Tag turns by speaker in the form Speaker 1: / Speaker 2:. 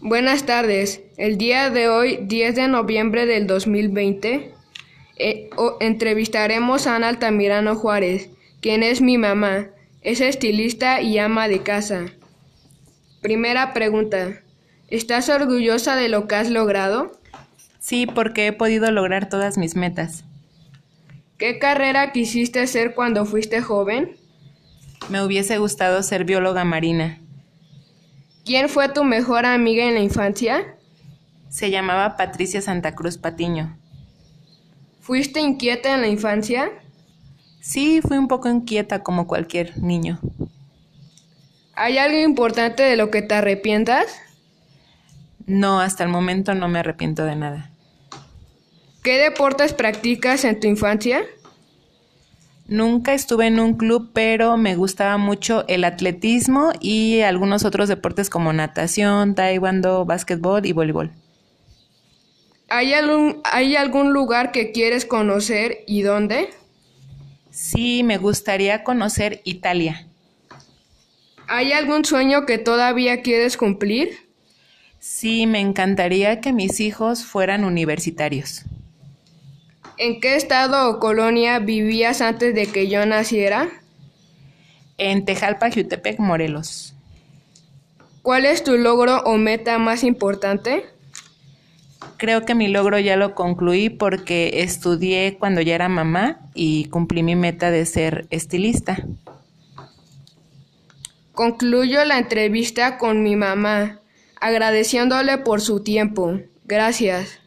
Speaker 1: Buenas tardes. El día de hoy, 10 de noviembre del 2020, eh, o- entrevistaremos a Ana Altamirano Juárez, quien es mi mamá. Es estilista y ama de casa. Primera pregunta. ¿Estás orgullosa de lo que has logrado?
Speaker 2: Sí, porque he podido lograr todas mis metas.
Speaker 1: ¿Qué carrera quisiste ser cuando fuiste joven?
Speaker 2: Me hubiese gustado ser bióloga marina.
Speaker 1: ¿Quién fue tu mejor amiga en la infancia?
Speaker 2: Se llamaba Patricia Santa Cruz Patiño.
Speaker 1: ¿Fuiste inquieta en la infancia?
Speaker 2: Sí, fui un poco inquieta como cualquier niño.
Speaker 1: ¿Hay algo importante de lo que te arrepientas?
Speaker 2: No, hasta el momento no me arrepiento de nada.
Speaker 1: ¿Qué deportes practicas en tu infancia?
Speaker 2: Nunca estuve en un club, pero me gustaba mucho el atletismo y algunos otros deportes como natación, taekwondo, básquetbol y voleibol.
Speaker 1: ¿Hay algún, ¿Hay algún lugar que quieres conocer y dónde?
Speaker 2: Sí, me gustaría conocer Italia.
Speaker 1: ¿Hay algún sueño que todavía quieres cumplir?
Speaker 2: Sí, me encantaría que mis hijos fueran universitarios.
Speaker 1: ¿En qué estado o colonia vivías antes de que yo naciera?
Speaker 2: En Tejalpa, Jutepec, Morelos.
Speaker 1: ¿Cuál es tu logro o meta más importante?
Speaker 2: Creo que mi logro ya lo concluí porque estudié cuando ya era mamá y cumplí mi meta de ser estilista.
Speaker 1: Concluyo la entrevista con mi mamá, agradeciéndole por su tiempo. Gracias.